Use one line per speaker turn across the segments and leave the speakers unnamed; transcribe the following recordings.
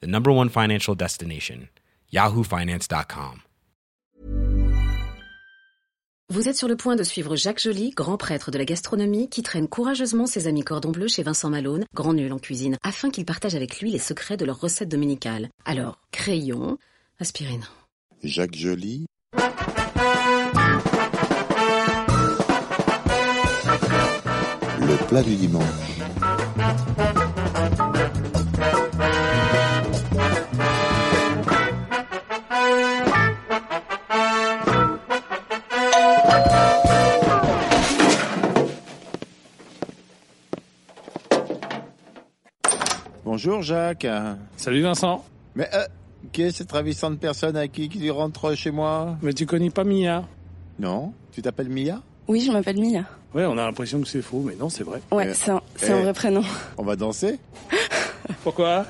the number one financial destination, yahoofinance.com.
Vous êtes sur le point de suivre Jacques Joly, grand prêtre de la gastronomie, qui traîne courageusement ses amis cordon bleu chez Vincent Malone, grand nul en cuisine, afin qu'il partage avec lui les secrets de leurs recettes dominicales. Alors, crayon, aspirine.
Jacques Joly, le plat du dimanche. Bonjour Jacques.
Salut Vincent.
Mais euh, qui est cette ravissante personne à qui qui rentre chez moi
Mais tu connais pas Mia
Non Tu t'appelles Mia
Oui, je m'appelle Mia.
Ouais, on a l'impression que c'est faux, mais non, c'est vrai.
Ouais,
Eh,
c'est un, c'est un
eh.
vrai prénom.
On va danser
Pourquoi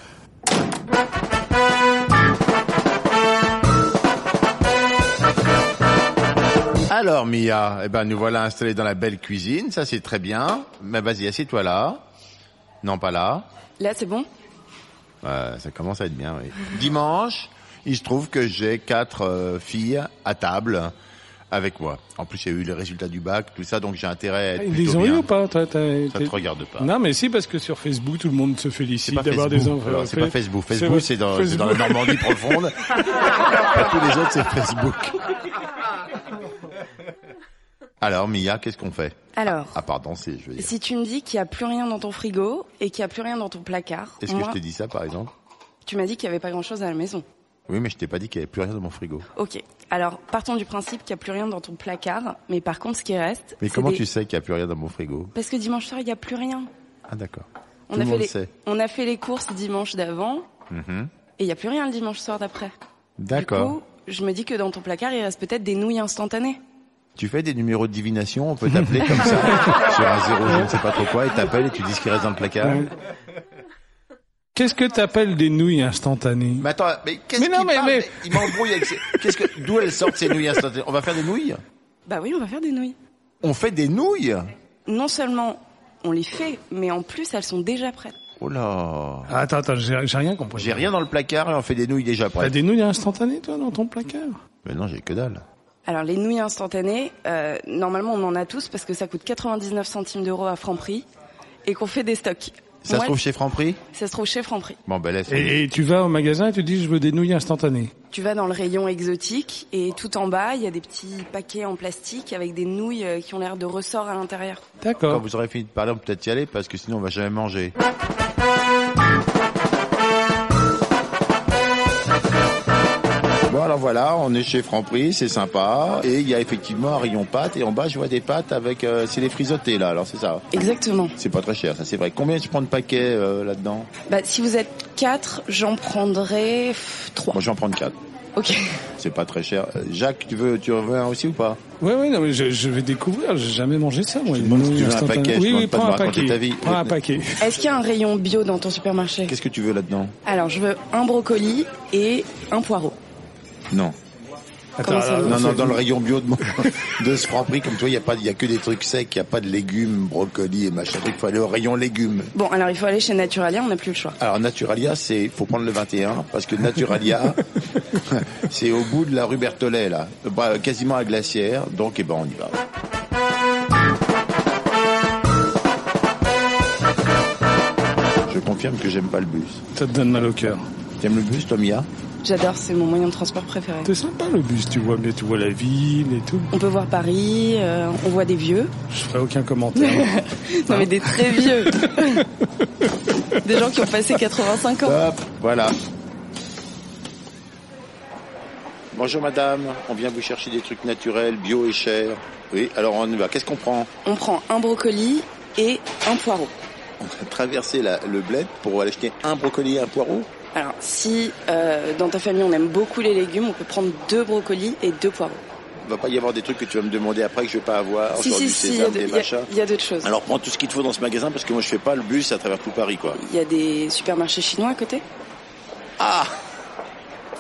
Alors Mia, eh ben nous voilà installés dans la belle cuisine, ça c'est très bien. Mais vas-y, assieds-toi là. Non, pas là.
Là, c'est bon
Ouais, ça commence à être bien, oui. Dimanche, il se trouve que j'ai quatre euh, filles à table avec moi. En plus, il y a eu les résultats du bac, tout ça, donc j'ai intérêt à être
Ils
plutôt
les ont
bien.
eu ou pas Toi, t'as-
Ça
t'es-
te regarde pas.
Non, mais si, parce que sur Facebook, tout le monde se félicite
C'est pas
d'avoir des
Facebook.
enfants.
Alors, c'est pas Facebook.
vrai.
Facebook, c'est dans, c'est dans la
Facebook.
Normandie profonde. Pas tous les autres, c'est Facebook. Alors, Mia, qu'est-ce qu'on fait
Alors,
À part danser, je veux dire.
si tu me dis qu'il n'y a plus rien dans ton frigo et qu'il n'y a plus rien dans ton placard,
Est-ce que
moi,
je t'ai dit ça, par exemple
tu m'as dit qu'il n'y avait pas grand-chose à la maison.
Oui, mais je t'ai pas dit qu'il y avait plus rien dans mon frigo.
Ok. Alors, partons du principe qu'il n'y a plus rien dans ton placard, mais par contre, ce qui reste...
Mais
c'est
comment
des-
tu sais qu'il y a plus rien dans mon frigo
Parce que dimanche soir, il n'y a plus rien.
Ah, d'accord.
On
Tout le
a fait
monde
les...
sait.
On a fait les courses dimanche d'avant,
Mhm.
et il n'y a plus rien le dimanche soir d'après. Du
D'accord.
coup, je me dis que dans ton placard, il reste peut-être des nouilles instantanées.
Tu fais des numéros de divination, on peut t'appeler comme ça, sur un zéro, je ne sais pas trop quoi, et t'appelles et tu dis ce qui reste dans le placard.
Ouais. Qu'est-ce que t'appelles des nouilles instantanées
Mais attends, mais qu'est-ce
Mais non,
qu'il
mais-
parle
mais-
Il m'embrouille avec ses... Qu'est-ce que... D'où elles sortent ces nouilles instantanées On va faire des nouilles
Bah oui, on va faire des nouilles.
On fait des nouilles
non seulement on les fait, mais en plus elles sont déjà prêtes.
Oh là
Ah, Attends, attends, j'ai j'ai rien compris.
J'ai rien dans le placard et on fait des nouilles déjà
T'as
prêtes.
des nouilles instantanées, toi, dans ton placard
Mais non, j'ai que dalle.
Alors les nouilles instantanées, euh, normalement on en a tous parce que ça coûte 99 centimes d'euros à Franprix et qu'on fait des stocks.
Ça
Moi,
se trouve chez Franprix
ça se trouve chez Franprix.
Bon, ben laisse.
et, et tu vas au magasin et tu dis, je veux des nouilles instantanées.
Tu vas dans le rayon exotique et tout en bas, il y a des petits paquets en plastique avec des nouilles euh, qui ont l'air de ressorts à l'intérieur.
Quand
D'accord.
vous aurez fini de parler, on peut peut-être y aller parce que sinon on va jamais manger. Bon alors voilà, on est chez Franprix, c'est sympa. Et il y a effectivement un rayon pâtes et en bas je vois des pâtes avec... euh, c'est les frisottés là, alors c'est ça.
Exactement.
C'est pas très cher, ça c'est vrai. Combien je prends de paquets euh, là-dedans
Bah si vous êtes quatre, j'en prendrai pff, trois.
Moi je vais en prendre 4.
Ok.
C'est pas très cher. Euh, Jacques, tu veux tu veux un aussi ou pas
Ouais, ouais, non, mais je, je vais découvrir. J'ai jamais mangé ça, moi. les
demande si
nouilles
tu veux un
instantanées.
paquet, je
Oui,
demande
oui,
pas de
prends
me
un
raconter
paquet.
ta vie.
Prends un paquet.
Est-ce qu'il y a un rayon bio dans ton supermarché
Qu'est-ce que tu veux là-dedans
Alors je veux un brocoli et un poireau.
Non.
Comment ça
alors,
Non, non,
Euh, c'est-
dans le rayon bio de, mon, de ce Franprix, comme toi, il n'y a, pas- y a que des trucs secs, il n'y a pas de légumes, brocolis et machin. Il faut aller au rayon légumes.
Bon, alors il faut aller chez Naturalia, on n'a plus le choix.
Alors Naturalia, c'est faut prendre le 21, parce que Naturalia, c'est au bout de la rue Berthollet, là, Bah, quasiment à Glacière, donc eh ben on y va. Je confirme que j'aime pas le bus.
Ça te donne mal au cœur.
T'aimes le bus, toi, Mia
J'adore, c'est mon moyen de transport préféré.
C'est sympa le bus, tu vois, mais tu vois la ville et tout.
On peut voir Paris, euh, on voit des vieux.
Je ferai aucun commentaire.
Non mais des très vieux. des gens qui ont passé 85 ans.
Hop, voilà. Bonjour madame, on vient vous chercher des trucs naturels, bio et cher. Oui, alors on y va. Qu'est-ce qu'on prend
On prend un brocoli et un poireau.
On va traverser la, le bled pour aller acheter un brocoli et un poireau
Alors, si euh, dans ta famille on aime beaucoup les légumes, on peut prendre deux brocolis et deux poireaux.
Il va pas y avoir des trucs que tu vas me demander après que je vais pas avoir
si,
sur
si,
du
si, il y a
sésame,
de-
des
il y a-
machins.
il y a d'autres choses.
Alors prends tout ce qu'il te faut dans ce magasin parce que moi je fais pas le bus à travers tout Paris quoi.
Il y a des supermarchés chinois à côté
Ah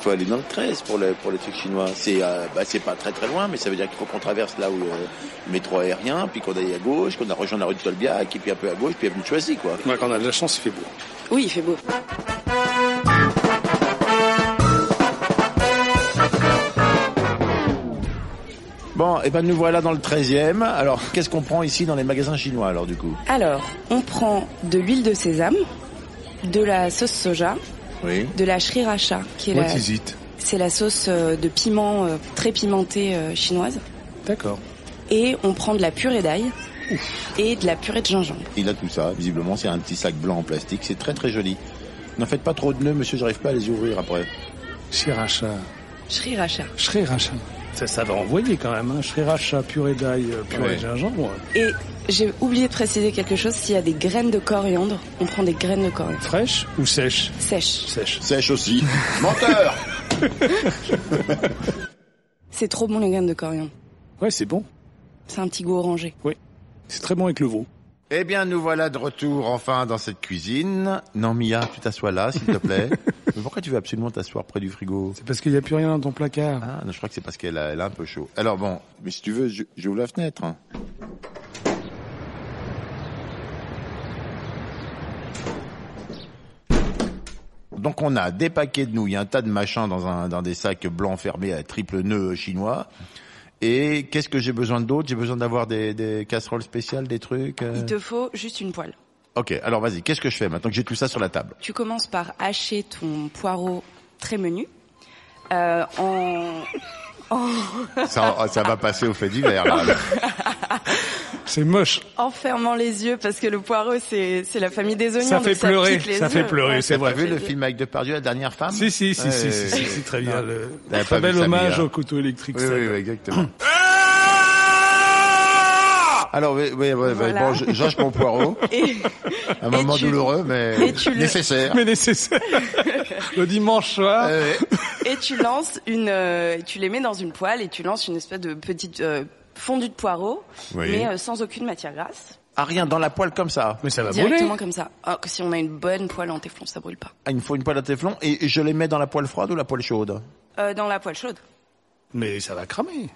Faut aller dans le 13 pour le pour les trucs chinois. C'est euh, bah, c'est pas très très loin mais ça veut dire qu'il faut qu'on traverse là où euh, le métro aérien puis qu'on aille à gauche, qu'on a rejoint la rue de Tolbiac et puis un peu à gauche puis avenue de Choisy quoi.
Ouais, quand on a de la chance, il fait beau.
Oui, il fait beau.
Bon, et ben nous voilà dans le 13e. Alors, qu'est-ce qu'on prend ici dans les magasins chinois alors du coup
Alors, on prend de l'huile de sésame, de la sauce soja,
Oui.
de la sriracha, qui est la,
hésite.
c'est la sauce euh, de piment euh, très pimentée euh, chinoise.
D'accord.
Et on prend de la purée d'ail et de la purée de gingembre.
Il a tout ça. Visiblement, c'est un petit sac blanc en plastique. C'est très très joli. N'en faites pas trop de nœuds, monsieur. J'arrive pas à les ouvrir après.
Sriracha.
Sriracha.
Sriracha. Ça, ça va envoyer quand même. Hein. Sriracha, purée d'ail, euh, purée
Ouais.
de gingembre.
Et j'ai oublié de préciser quelque chose, s'il y a des graines de coriandre, on prend des graines de coriandre
Fraîche ou sèche
sèches.
Sèche.
Sèche aussi. Menteur.
C'est trop bon les graines de coriandre.
Ouais, c'est bon.
C'est un petit goût orangé.
C'est très bon avec le veau.
Eh bien, nous voilà de retour enfin dans cette cuisine. Non, Mia, tu t'assois là, s'il te plaît. Mais pourquoi tu veux absolument t'asseoir près du frigo
C'est parce qu'il n'y a plus rien dans ton placard.
Ah, non, je crois que c'est parce qu'elle a, elle a un peu chaud. Alors bon, mais si tu veux, je- j'ouvre la fenêtre. hein. Donc on a des paquets de nouilles, un tas de machins dans, un, dans des sacs blancs fermés à triple nœud chinois. Et qu'est-ce que j'ai besoin d'autre J'ai besoin d'avoir des, des casseroles spéciales, des trucs. euh
Il te faut juste une poêle.
Ok, alors vas-y, qu'est-ce que je fais maintenant que j'ai tout ça sur la table
Tu commences par hacher ton poireau très menu. Euh, en...
ça, ça va passer au fait divers. Là.
C'est moche.
en fermant les yeux, parce que le poireau, c'est c'est la famille des oignons.
Ça
donc
fait pleurer,
pique les
ça fait
yeux.
pleurer,
Ouais.
c'est
T'as
vrai.
vu le film avec Depardieu, la dernière femme
Si, si, si,
Ouais,
si, si,
ouais,
si,
ouais.
si, très bien. Le...
T'avais
Très
pas vu
bel
ça,
hommage
Mia.
au couteau électrique.
Oui,
ça.
oui, oui, exactement. Alors, oui, oui, oui, oui,
Ah Voilà.
bon, je- j'âche mon poireau.
Et-
Un moment
tu-
douloureux, mais
et tu le-
nécessaire.
Mais nécessaire. le dimanche soir.
Euh,
Et tu lances une, euh, tu les mets dans une poêle et tu lances une espèce de petite euh, fondue de poireaux,
Oui.
mais euh, sans aucune matière grasse,
ah, rien, dans la poêle comme ça.
Mais ça va brûler.
directement comme ça. Alors que si on a une bonne poêle en téflon, ça brûle pas.
Ah, Il me faut une poêle à téflon et je les mets dans la poêle froide ou la poêle chaude
Euh, dans la poêle chaude.
Mais ça va cramer.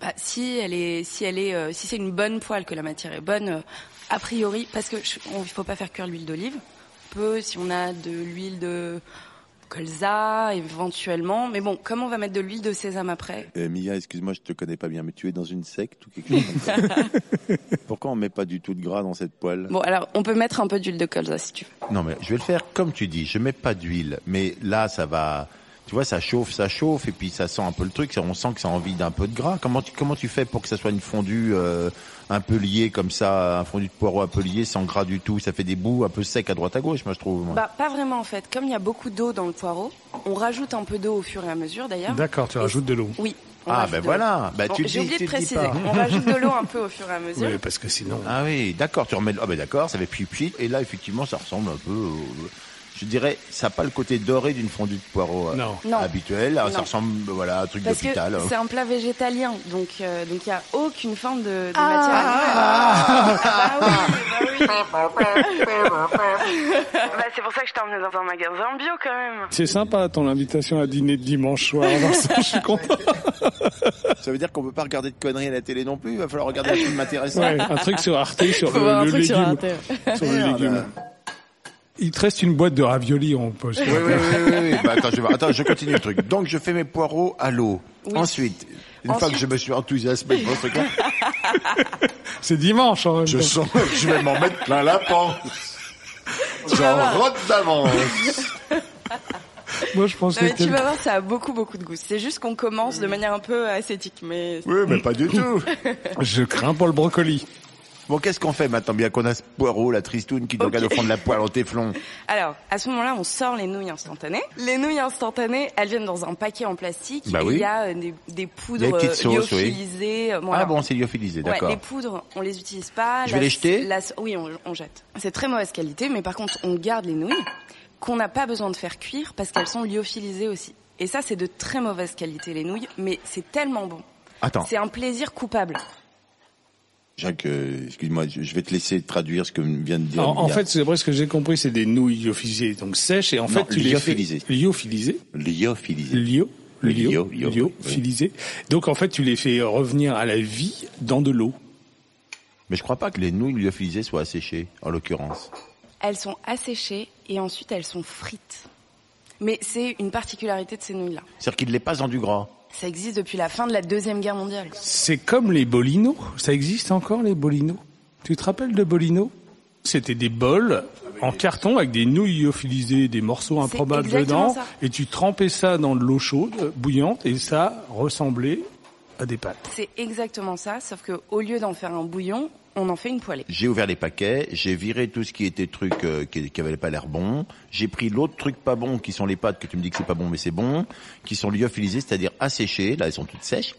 Bah, si elle est, si elle est, euh, si c'est une bonne poêle que la matière est bonne, euh, a priori, parce que je- on- il faut pas faire cuire l'huile d'olive. On peut, si on a de l'huile de colza, éventuellement. Mais bon, comme on va mettre de l'huile de sésame après,
Euh, Mia, excuse-moi, je te connais pas bien, mais tu es dans une secte ou quelque chose Pourquoi on met pas du tout de gras dans cette poêle
bon, alors on peut mettre un peu d'huile de colza si tu veux.
Non, mais je vais le faire comme tu dis. Je mets pas d'huile, mais là, ça va. Tu vois, ça chauffe, ça chauffe, et puis ça sent un peu le truc. ça- On sent que ça a envie d'un peu de gras. Comment tu comment tu fais pour que ça soit une fondue euh, un peu liée comme ça, un fondu de poireau un peu lié, sans gras du tout Ça fait des bouts un peu secs à droite à gauche, moi je trouve. moi.
Bah, pas vraiment en fait. Comme il y a beaucoup d'eau dans le poireau, on rajoute un peu d'eau au fur et à mesure d'ailleurs.
D'accord, tu rajoutes de l'eau.
Oui. on
ah
rajoute
ben
de
voilà.
l'eau.
Bah
Bon,
tu le
J'ai
dis,
oublié
tu
de
le dis
préciser.
pas.
On rajoute de l'eau un peu au fur et à mesure.
Oui, parce que sinon.
Ah oui, d'accord. Tu remets. le- Ah ben d'accord, ça fait puis puis. Et là, effectivement, ça ressemble un peu. au- Je dirais, ça n'a pas le côté doré d'une fondue de poireau euh,
Non.
Non.
habituelle. Ah, Ça
Non.
ressemble, voilà, à un truc
Parce que
d'hôpital. hein.
c'est un plat végétalien, donc euh, donc il y a aucune forme de, de matière
Ah.
animale. Ah bah oui, bah oui. bah, c'est pour ça que je t'ai emmené dans un magasin bio quand même.
C'est sympa ton invitation à dîner de dimanche soir. Vincent, je suis content.
Ça veut dire qu'on peut pas regarder de conneries à la télé non plus. Il va falloir regarder un film intéressant.
Ouais, un truc sur Arte, sur le, le légume. Sur le
Merde.
légume. Il te reste une boîte de raviolis en poche.
Oui, oui, oui, oui, oui. Bah, attends, je vais- attends, je continue le truc. Donc, je fais mes poireaux à l'eau. Ensuite, une fois
Ensuite-
que je me suis enthousiasmé devant ce truc-là,
C'est dimanche en même
je
temps.
sens que je vais m'en mettre plein la panse. J'en rote d'avance.
Moi je pense
Non, mais
que
tu
quel-
vas voir, ça a beaucoup beaucoup de goût. C'est juste qu'on commence de manière un peu ascétique, mais
Oui, mais pas du tout.
je crains pour le brocoli.
Bon, qu'est-ce qu'on fait maintenant, bien qu'on a ce poireau, la tristoune, qui nous
Ok.
regarde au fond de la poêle en téflon
Alors, à ce moment-là, on sort les nouilles instantanées. Les nouilles instantanées, elles viennent dans un paquet en plastique.
Bah
et
oui.
Il y a euh, des, des poudres
Il y a des petites
euh,
sauces, oui.
lyophilisées. euh,
Ah
alors,
bon, c'est lyophilisé,
Ouais,
d'accord.
les poudres, on les utilise pas.
Je vais les jeter
la- oui, on, on jette. C'est très mauvaise qualité, mais par contre, on garde les nouilles. qu'on n'a pas besoin de faire cuire parce qu'elles sont lyophilisées aussi. Et ça, c'est de très mauvaise qualité les nouilles, mais c'est tellement bon.
Attends.
C'est un plaisir coupable.
Jacques, euh, excuse-moi, je je vais te laisser traduire ce que vient de dire.
En, en
Mia.
fait, c'est vrai ce que j'ai compris, c'est des nouilles lyophilisées, donc sèches, et
Non,
en fait, tu les fais-
lyophilisées.
Lyophilisées.
lyophilisé.
Lio. Lio.
Lio, lio,
Lio.
oui.
Lyophilisées. Donc, en fait, tu les fais revenir à la vie dans de l'eau.
Mais je crois pas que les nouilles lyophilisées soient asséchées, en l'occurrence.
Elles sont asséchées et ensuite elles sont frites. Mais c'est une particularité de ces nouilles-là.
C'est-à-dire qu'il ne l'est pas en du gras.
Ça existe depuis la fin de la Deuxième Guerre mondiale.
C'est comme les bolinos. Ça existe encore, les bolinos Tu te rappelles de bolinos C'était des bols en carton avec des nouilles lyophilisées, des morceaux
C'est
improbables
exactement
dedans.
ça.
Et tu trempais ça dans de l'eau chaude, bouillante, et ça ressemblait à des pâtes.
C'est exactement ça, sauf que au lieu d'en faire un bouillon, on en fait une poêlée.
J'ai ouvert les paquets, j'ai viré tout ce qui était truc euh, qui, qui avait pas l'air bon. J'ai pris l'autre truc pas bon, qui sont les pâtes que tu me dis que c'est pas bon, mais c'est bon, qui sont lyophilisées, c'est-à-dire asséchées. Là, elles sont toutes sèches.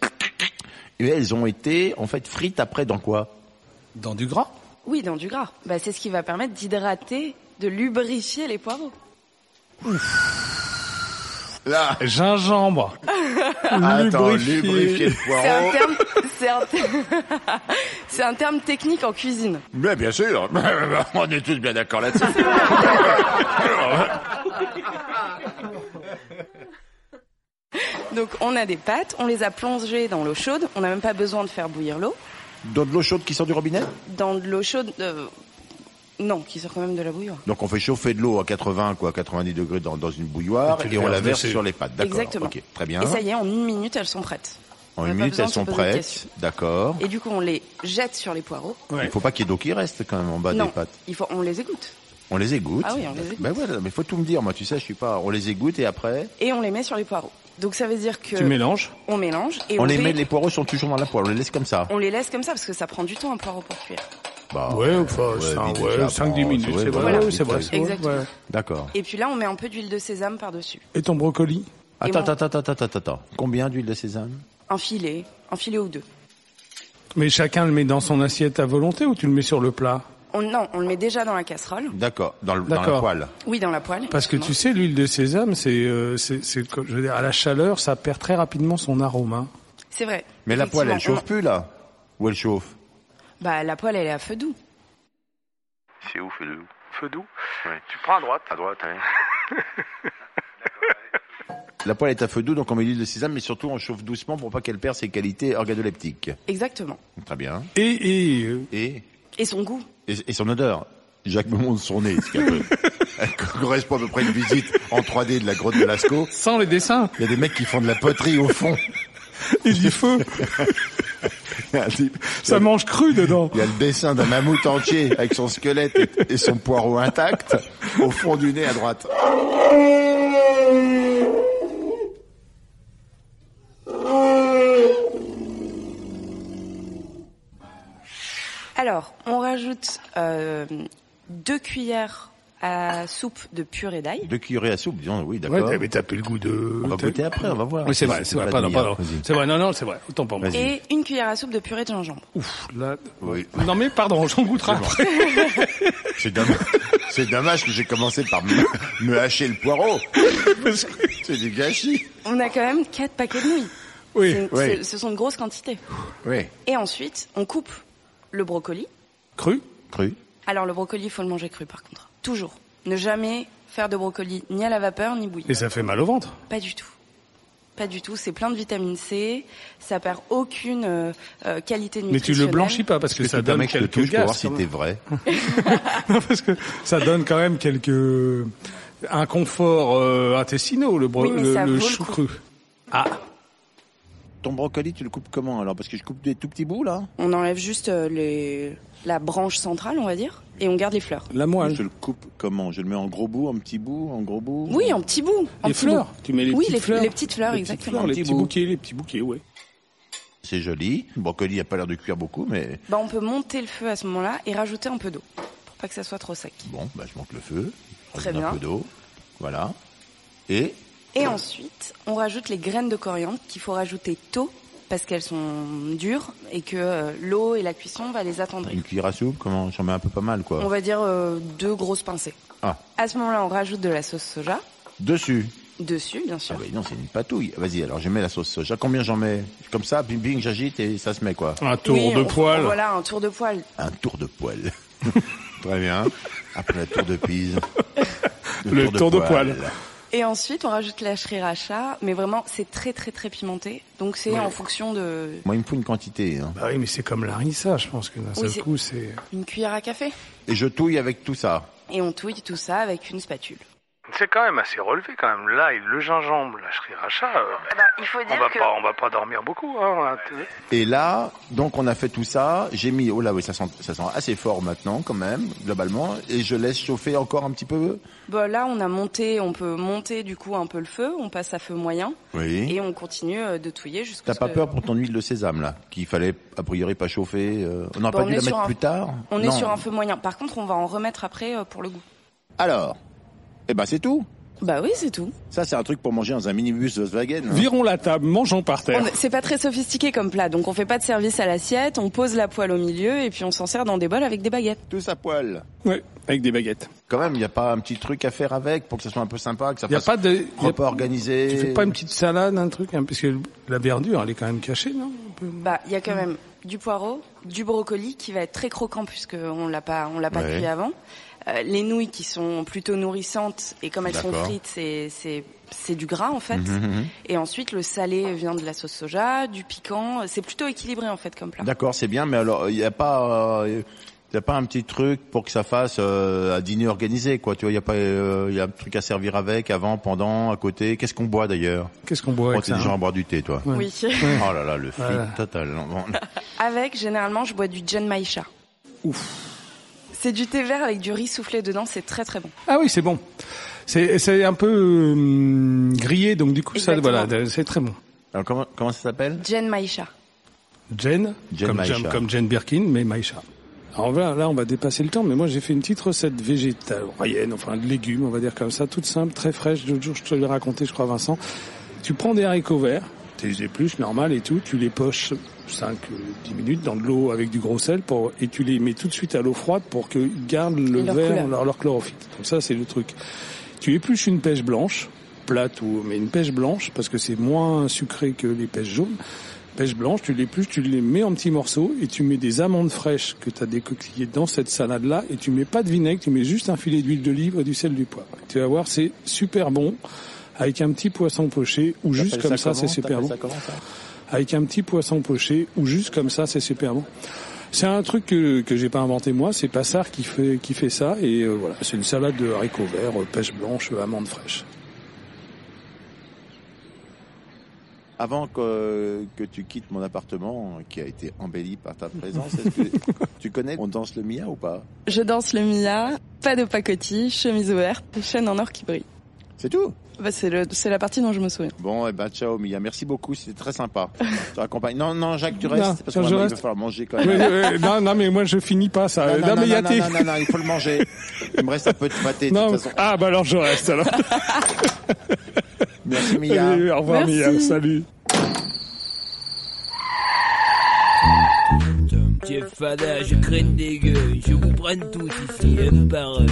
Et elles ont été en fait frites après dans quoi
Dans du gras
Oui, dans du gras. Bah, c'est ce qui va permettre d'hydrater, de lubrifier les poireaux.
Oh. Là.
Gingembre
Attends,
Lubrifié.
lubrifier le
C'est un
poireau.
terme, c'est un, terme- c'est un terme technique en cuisine.
Mais bien sûr, on est tous bien d'accord là-dessus.
Donc on a des pâtes, on les a plongées dans l'eau chaude, on n'a même pas besoin de faire bouillir l'eau.
Dans de l'eau chaude qui sort du robinet
Dans de l'eau chaude, euh, non, qui sort quand même de la bouilloire.
Donc on fait chauffer de l'eau à 80 quoi, 90 degrés dans, dans une bouilloire
Et tu
et, on
verses
la verse
dessus.
sur les pâtes. D'accord.
Exactement.
Ok, très bien.
Et ça y est, en une minute, elles sont prêtes.
en
on a
une
pas
minute
besoin
elles
de se
sont
poser de
prêtes.
questions.
D'accord.
Et du coup, on les jette sur les poireaux.
Il faut pas qu'il y ait d'eau qui reste quand même en bas
non,
des pâtes.
il faut, on les égoutte.
On les égoutte.
Ah oui, on les égoutte.
Ben voilà, mais faut tout me dire. Moi, tu sais, je suis pas. On les égoutte et après,
Et on les met sur les poireaux. Donc ça veut dire que
Tu mélanges
on mélange et
on,
on,
les
fait-
met. Les poireaux sont toujours dans la poêle. On les laisse comme ça.
on les laisse comme ça parce que ça prend du temps un poireau pour cuire.
Bah,
Ouais, enfin,
ouais,
ça,
vite,
Ah ouais,
tu apprends,
5-10 minutes,
ouais,
c'est vrai,
voilà,
ouais, c'est vrai.
vite,
c'est vrai,
Exactement.
ouais.
D'accord.
Et puis là, on met un peu d'huile de sésame par-dessus.
Et ton brocoli
Attends,
mon-
attends, attends, attends, attends, attends. Combien d'huile de sésame
Un filet, un filet ou deux.
Mais chacun le met dans son assiette à volonté ou tu le mets sur le plat
On, non, on le met déjà dans la casserole.
D'accord. Dans, le- dans la
D'accord.
poêle.
Oui, dans la poêle.
Parce que tu sais,
effectivement.
l'huile de sésame, c'est, euh, c'est, c'est, comme- je veux dire, à la chaleur, ça perd très rapidement son arôme. hein.
C'est vrai.
Mais la poêle, elle
Effectivement,
chauffe plus là. Ou elle chauffe
on- Bah, la poêle, elle est à feu doux.
C'est où, feu doux Feu doux
Ouais.
Tu prends à droite.
À droite, ouais.
La poêle est à feu doux, donc on met l'huile de sésame, mais surtout on chauffe doucement pour pas qu'elle perde ses qualités organoleptiques.
Exactement.
Très bien.
Et, et euh,
Et,
Et son goût.
et, et son odeur. Jacques me montre son nez, ce qui est un peu- elle correspond à peu près à une visite en 3D de la grotte de Lascaux.
sans les dessins,
Il y a des mecs qui font de la poterie au fond.
et du feu,
Il y a un type-
ça mange cru dedans.
il y a le dessin d'un mammouth entier avec son squelette et- et son poireau intact au fond du nez à droite.
Alors, on rajoute euh, deux cuillères à soupe de purée d'ail.
Deux cuillerées à soupe, disons, oui,
Ouais,
d'accord.
t'avais tapé le goût de...
on va goûter après, on va voir.
Oui, c'est vrai,
Si
c'est vrai,
pas
pardon,
de meilleur.
pardon.
Vas-y.
C'est vrai, non, non, c'est vrai, autant pour moi.
Vas-y.
Et une cuillère à soupe de purée de gingembre.
Ouf, là...
Oui.
Non mais pardon, j'en goûterai après.
C'est dommage, c'est dommage que j'ai commencé par me, me hacher le poireau.
parce que-
C'est du gâchis.
On a quand même quatre paquets de nouilles.
Oui,
C'est une-
oui.
c'est- Ce sont de grosses quantités.
Oui.
Et ensuite, on coupe le brocoli.
cru
Cru.
Alors le brocoli, il faut le manger cru par contre. Toujours. Ne jamais faire de brocoli ni à la vapeur ni bouilli.
Et ça fait mal au ventre.
Pas du tout. Pas du tout. C'est plein de vitamine C. Ça perd aucune euh, euh, qualité
Mais tu
nutritionnelle.
le blanchis pas parce que ça donne
que je te
quelques
touche pour
gaz,
voir si
quand
t'es vrai.
Non, parce que ça donne quand même quelques un confort euh, intestinaux le, bro-
Oui, mais
le,
ça
le
vaut le
chou
coup.
cru. Ah,
Ton brocoli, tu le coupes comment alors Parce que je coupe des tout petits bouts là.
On enlève juste euh, les... la branche centrale, on va dire, et on garde les fleurs.
la moelle.
Je le coupe comment Je le mets en gros bout, en petit bout, en gros bout
Oui, en petits bouts. en
Les
petits
fleurs.
bouts.
Tu mets les
oui,
petites
les,
fleurs.
les petites fleurs,
Les petites
exactement.
fleurs, les
Petit
petits
bout.
bouquets, les petits bouquets, ouais.
C'est joli. Le brocoli a pas l'air de cuire beaucoup, mais
Bah, on peut monter le feu à ce moment-là et rajouter un peu d'eau pour pas que ça soit trop sec.
bon, bah, je monte le feu. Je
Très
rajoute Un
bien.
peu d'eau. Voilà. Et
Et ensuite, on rajoute les graines de coriandre qu'il faut rajouter tôt parce qu'elles sont dures et que euh, l'eau et la cuisson va les attendrir.
une cuillère à soupe, comment J'en mets un peu pas mal
On
quoi.
va dire euh, deux grosses pincées.
Ah.
À ce moment-là, on rajoute de la sauce soja
Dessus.
dessus, bien sûr.
Ah oui, non, c'est une patouille. Vas-y, alors je mets la sauce soja. Combien j'en mets Comme ça, bing bing, j'agite et ça se met quoi
Un tour
Oui,
de
on-
poil.
Voilà, un tour de poil.
Un tour de poil. Très bien. Après le tour de pise.
Le tour de poil.
Et ensuite, on rajoute la sriracha, mais vraiment, c'est très très très pimenté. Donc c'est en fonction de
Moi, il me faut une quantité. hein.
Bah oui, mais c'est comme l'arissa, je pense que d'un seul
c'est-
coup, c'est...
une cuillère à café.
Et je touille avec tout ça.
Et on touille tout ça avec une spatule.
C'est quand même assez relevé quand même. Là, et le gingembre, la sriracha, euh,
Bah, il faut
on va pas, on va pas dormir beaucoup. Hein.
Et là, donc on a fait tout ça. J'ai mis, oh là oui, ça sent, ça sent assez fort maintenant quand même, globalement. Et je laisse chauffer encore un petit peu.
Bah, là, on a monté, on peut monter du coup un peu le feu, on passe à feu moyen
Oui.
et on continue euh, de touiller jusqu'à
T'as
ce
pas
que-
peur pour ton huile de sésame là, qu'il fallait a priori pas chauffer. euh, on n'a
Bah,
pas
on
dû
est
la
sur
mettre
un-
plus tard.
On est
Non.
sur un feu moyen. Par contre, on va en remettre après euh, pour le goût.
Alors, eh ben c'est tout.
Bah oui, c'est tout.
Ça c'est un truc pour manger dans un minibus Volkswagen. hein.
Virons la table, mangeons par terre.
On- C'est pas très sophistiqué comme plat, donc on fait pas de service à l'assiette, on pose la poêle au milieu et puis on s'en sert dans des bols avec des baguettes.
Tous à poil.
Ouais, avec des baguettes.
Quand même, il n'y a pas un petit truc à faire avec pour que ça soit un peu sympa, que ça
Il y a
fasse
pas de... y a-
propre, organisé.
Tu fais pas une petite salade, un truc, hein, parce que la verdure, elle est quand même cachée, non Un peu.
Bah, il y a
Mm.
quand même du poireau, du brocoli qui va être très croquant puisque on l'a pas, on l'a pas
Ouais.
cuit avant. Euh, les nouilles qui sont plutôt nourrissantes et comme elles sont
D'accord. Mm-hmm,
frites, c'est c'est c'est du gras en fait. Et ensuite le salé vient de la sauce soja, du piquant. C'est plutôt équilibré en fait comme plat.
D'accord, c'est bien, mais alors il n'y a pas, euh, il y a pas un petit truc pour que ça fasse euh, un dîner organisé, quoi. Tu vois, il y a pas, euh, il y a un truc à servir avec, avant, pendant, à côté. Qu'est-ce qu'on boit d'ailleurs
Qu'est-ce qu'on boit
On
avec
t'es
ça
déjà
hein
à boire du thé, toi.
Oui.
Oh là là, le flip
Voilà.
total. Bon,
Avec généralement je bois du Jen Maisha.
Ouf.
C'est du thé vert avec du riz soufflé dedans, c'est très très bon.
Ah oui, c'est bon. C'est c'est un peu euh, grillé, donc du coup, ça,
Exactement.
voilà, c'est très bon.
Alors comment, comment ça s'appelle
Jen Maisha.
Jen,
Jen
comme,
Maïcha.
Jen, comme Jen Birkin, mais Maïcha. Alors voilà, là, on va dépasser le temps, mais moi, j'ai fait une petite recette végétarienne, enfin de légumes, on va dire comme ça, toute simple, très fraîche. L'autre jour, je te l'ai raconté, je crois, Vincent. Tu prends des haricots verts, tu les épluches, normal et tout, tu les poches 5-10 minutes dans de l'eau avec du gros sel pour, et tu les mets tout de suite à l'eau froide pour qu'ils gardent le
Et leur
vert,
couleur.
leur, leur chlorophylle. Donc ça, c'est le truc. Tu épluches une pêche blanche, plate ou mais une pêche blanche parce que c'est moins sucré que les pêches jaunes. Pêche blanche, tu l'épluches, tu les mets en petits morceaux et tu mets des amandes fraîches que tu as décoquillées dans cette salade là et tu mets pas de vinaigre, tu mets juste un filet d'huile d'olive et du sel du poivre. Tu vas voir, c'est super bon avec un petit poisson poché ou juste
T'appelles
comme ça, c'est
comment
super
T'appelles
bon
ça comment, ça
avec un petit poisson poché ou juste comme ça, c'est super bon. C'est un truc que que j'ai pas inventé moi, c'est Passard qui fait qui fait ça et euh, voilà, c'est une salade de haricots verts, euh, pêche blanche, euh, amandes fraîches.
Avant que, que tu quittes mon appartement, qui a été embelli par ta présence, est-ce que tu connais On danse le Mia ou pas
Je danse le Mia, pas de pacotille, chemise ouverte, chaîne en or qui brille.
C'est tout
Bah, c'est le- c'est la partie dont je me souviens.
Bon, eh ben, ciao, Mia. Merci beaucoup. C'était très sympa. Tu accompagnes. Non, non, Jacques, tu
Non,
restes. parce que
non,
maintenant, il
je
va
reste.
falloir manger quand
Ouais,
même.
ouais, non non mais moi je finis pas ça.
Non,
Euh,
non,
Non, mais
non,
y a
non,
tes-
non, non, non, il faut le manger. Il me reste un peu de pâté, de
Non.
toute façon.
Ah bah alors je reste alors.
Merci, Mia.
Allez, au revoir
Merci.
Mia, salut.
J'ai fada, je craigne des gueux, je vous prenne tous ici, un par un.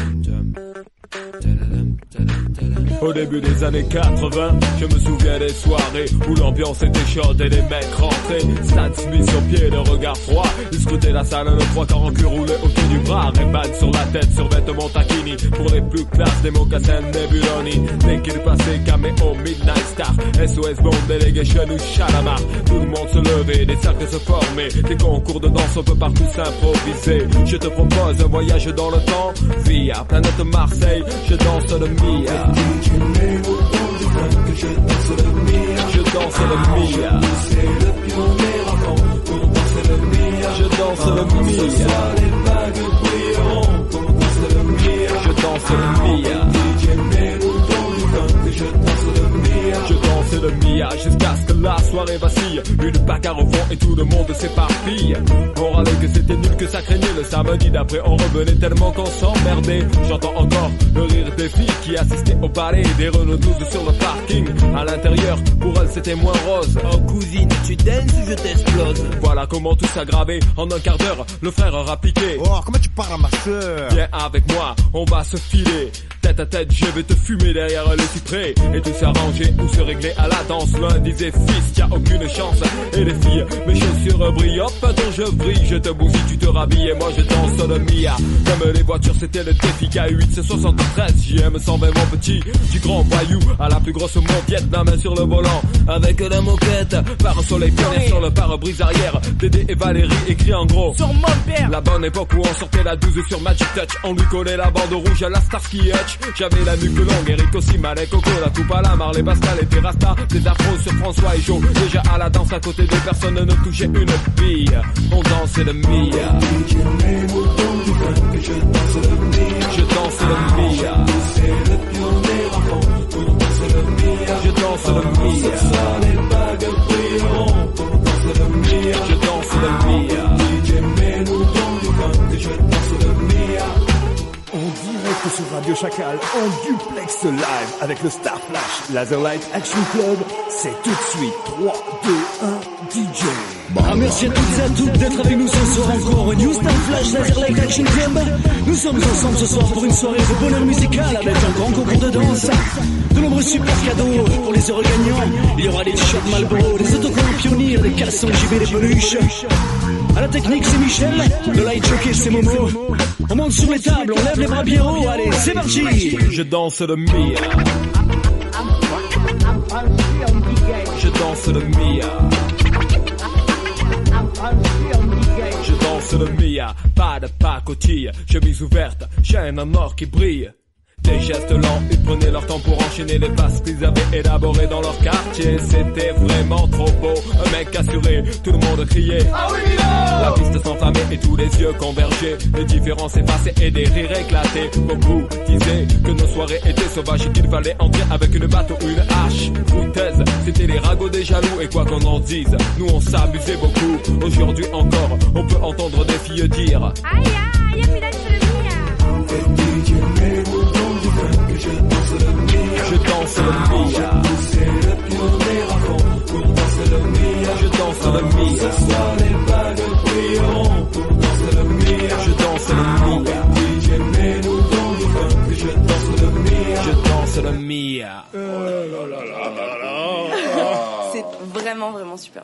Au début des années 80, je me souviens des soirées où l'ambiance était chaude et les mecs rentraient. Stan Smith sur pied, le regard froid. Ils scrutaient la salle, le trois quarts en cul roulé au pied du bras. Rayman sur la tête, sur vêtements taquini. Pour les plus classes, des mocassins Nebuloni. Dès qu'il passait, caméo, Midnight Star. SOS Bond, Delegation ou Chalamar. Tout le monde se levait, des cercles se formaient. Des concours de danse, on peut partout s'improviser. Je te propose un voyage dans le temps. Via planète Marseille, je danse le Mia. Je danse le Mia. Je danse le Mia. Je danse le Mia. Je danse c'est le mia jusqu'à ce que la soirée vacille. Une bagarre au fond et tout le monde s'éparpille. On râlait que c'était nul, que ça craignait. Le samedi d'après, on revenait tellement qu'on s'emmerdait. J'entends encore le rire des filles qui assistaient au palais des Renault 12 sur le parking. À l'intérieur, pour elles, c'était moins rose.
Oh cousine, tu danses ou je t'explose
Voilà comment tout s'aggravait en un quart d'heure. Le frère aura piqué.
Oh, comment tu parles à ma soeur
Viens avec moi, on va se filer. Tête à tête, je vais te fumer derrière le cyprès. Et tout s'arranger ou se régler à la danse. L'un disait fils, y a aucune chance. Et les filles, mes chaussures brillent, hop, dont je brille. Je te bousille, tu te rhabilles et moi je danse le Mia. Comme les voitures, c'était le défi K8, c'est 73. JM 120, mon petit. Du grand voyou à la plus grosse mondiette, la main sur le volant.
Avec la moquette
Par un soleil pionnier sur le pare-brise arrière. Dédé et Valérie écrit en gros.
Sur mon père
La bonne époque où on sortait la 12 sur Magic Touch On lui collait la bande rouge à la Starsky Hutch J'avais la nuque longue, Eric aussi, Malek, Coco La coupe à la Marley, Pascal et Terrasta Des afros sur François et Joe Déjà à la danse à côté de personne ne touchait une bille On dansait le Mia Je danse le Mia Je danse le Mia Je danse le Mia
En direct sur Radio Chacal, en duplex live avec le Star Flash Laserlight Action Club, c'est tout de suite 3, 2, 1, DJ.
Ah, merci à toutes et à toutes d'être avec nous ce soir encore. New Star Flash, Laser Light Action Club. Nous sommes ensemble ce soir pour une soirée de bonheur musical avec un grand concours de danse. De nombreux super cadeaux pour les heureux gagnants. Il y aura des t-shirts Malboro, des autocollants pionniers, des caleçons JB, des peluches. À la technique, c'est Michel. Le light jockey, c'est Momo. On monte sur les tables, on lève les bras bien haut. Allez, c'est parti.
Je danse le Mia Je danse le Mia Je danse le Mia, pas de pacotille, chemise ouverte, chaîne en or qui brille. Des gestes lents, ils prenaient leur temps pour enchaîner les passes qu'ils avaient élaborées dans leur quartier. C'était vraiment trop beau, un mec assuré, tout le monde criait. La piste s'enflammait et tous les yeux convergeaient. Les différences s'effaçaient et des rires éclataient. Beaucoup disaient que nos soirées étaient sauvages et qu'il fallait entrer avec une batte ou une hache. Foutaise, c'était les ragots des jaloux et quoi qu'on en dise, nous on s'abusait beaucoup. Aujourd'hui encore, on peut entendre des filles dire. Je danse le Mia. Je danse le Mia. Je danse le Mia. Je danse le Mia.
C'est vraiment, vraiment super